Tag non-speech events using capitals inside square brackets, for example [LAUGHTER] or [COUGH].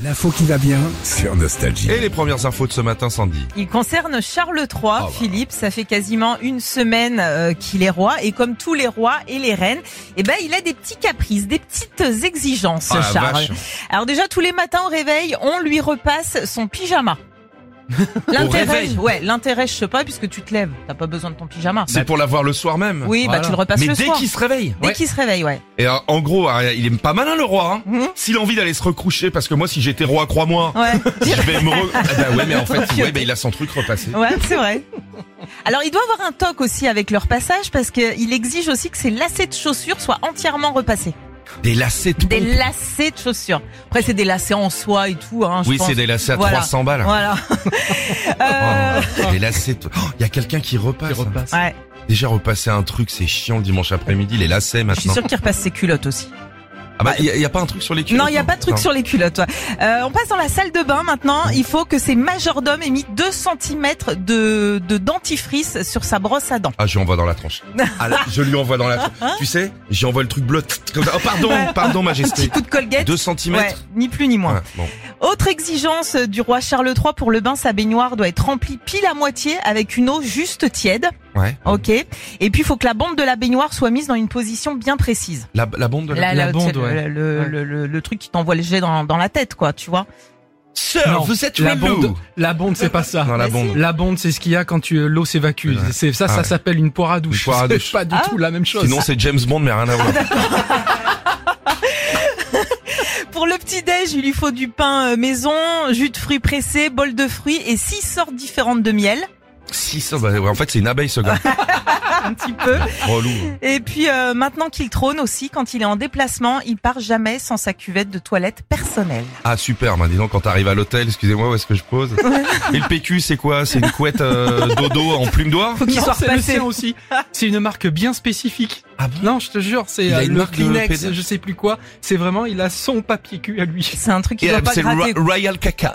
L'info qui va bien sur Nostalgie. Et les premières infos de ce matin, Sandy. Il concerne Charles III, Ah bah. Philippe. Ça fait quasiment une semaine euh, qu'il est roi. Et comme tous les rois et les reines, eh ben, il a des petits caprices, des petites exigences, Ah, la Charles. Bah, vache. Alors déjà, tous les matins au réveil, on lui repasse [LAUGHS] son pyjama. L'intérêt, réveil ouais, l'intérêt, je sais pas, puisque tu te lèves, t'as pas besoin de ton pyjama. C'est pour l'avoir le soir même. Oui, bah, tu le repasses Mais le dès soir. qu'il se réveille. Dès Bah, Ouais. qu'il se réveille, ouais. Et euh, en gros, euh, il est pas malin le roi. hein. Mhm. S'il a envie d'aller se recoucher, parce que moi, si j'étais roi, crois-moi, [LAUGHS] Ouais. je vais me. [LAUGHS] Re... Ah bah ouais, mais en fait, ouais, bah, il a son truc repassé. Ouais, c'est vrai. Alors, il doit avoir un toc aussi avec leur passage parce qu'il exige aussi que ses lacets de chaussures soient entièrement repassés. Des lacets. de Oh. Des pompe. lacets de chaussures. Après, c'est des lacets en soie et tout. Hein, je Oui, pense. c'est des Oh. lacets à Voilà. 300 balles. [LAUGHS] Voilà. Euh, Oh, des lacets. de- Oh, Il y a quelqu'un qui repasse. hein. ouais. Déjà repasser un truc, c'est chiant le dimanche après-midi. Les lacets Je suis maintenant. sûre qu'il repasse ses culottes aussi. Ah bah, il y, a- il y a pas un truc sur les culottes. Non, il n'y a pas de truc Attends. sur les culottes. ouais. Euh, on passe dans la salle de bain maintenant. Il faut que ces majordomes aient mis 2 cm de, de dentifrice sur sa brosse à dents. Ah, je lui envoie dans la [LAUGHS] tranche. Ah là, je lui envoie dans la tranche. Tu sais, j'y envoie le truc bleu. tsk, Comme ça. Oh, pardon, pardon, majesté. [LAUGHS] Petit coup de colgate. 2 cm Ouais, ni plus ni moins. bon. Autre exigence du roi Charles III pour le bain, sa baignoire doit être remplie pile à moitié avec une eau juste tiède. Ouais. Ok. Et puis, il faut que la bande de la baignoire soit mise dans une position bien précise. La, la bombe de la... Là, la là, tu bande, sais, le- ouais. le, Ouais. le- le- le truc qui t'envoie le jet dans, dans la tête, quoi, tu vois. Sœur, Non, la bonde, la bonde, c'est pas ça. Non, la Bah, bombe. La bonde, c'est ce qu'il y a quand tu- euh, l'eau s'évacue. Ouais. C'est ça, Ah ça ouais. s'appelle une poire à douche. Une poire à C'est douche. Pas du Ah. tout la même chose. Sinon, c'est James Bond, mais rien à [LAUGHS] voir. Pour le petit-déj, il lui faut du pain euh, maison, jus de fruits pressés, bol de fruits et six sortes différentes de miel, [LAUGHS] si, ça, bah, ouais, en fait, c'est une abeille, ce gars. un petit peu. Relou. Et puis, euh, maintenant qu'il trône aussi, quand il est en déplacement, il part jamais sans sa cuvette de toilette personnelle. Ah, super. Bah, dis donc, quand t'arrives à l'hôtel, excusez-moi, où est-ce que je pose Et le PQ, c'est quoi C'est une couette euh, dodo en plume d'oie Faut qu'il Non, soit c'est le repassé. sien [LAUGHS] aussi. C'est une marque bien spécifique. Ah bon Non, je te jure, c'est Il a euh, une le marque de Kleenex, PD. je sais plus quoi. C'est vraiment, il a son papier cul à lui. C'est un truc qui Et, euh, doit pas C'est gratter. Ro- Royal Caca.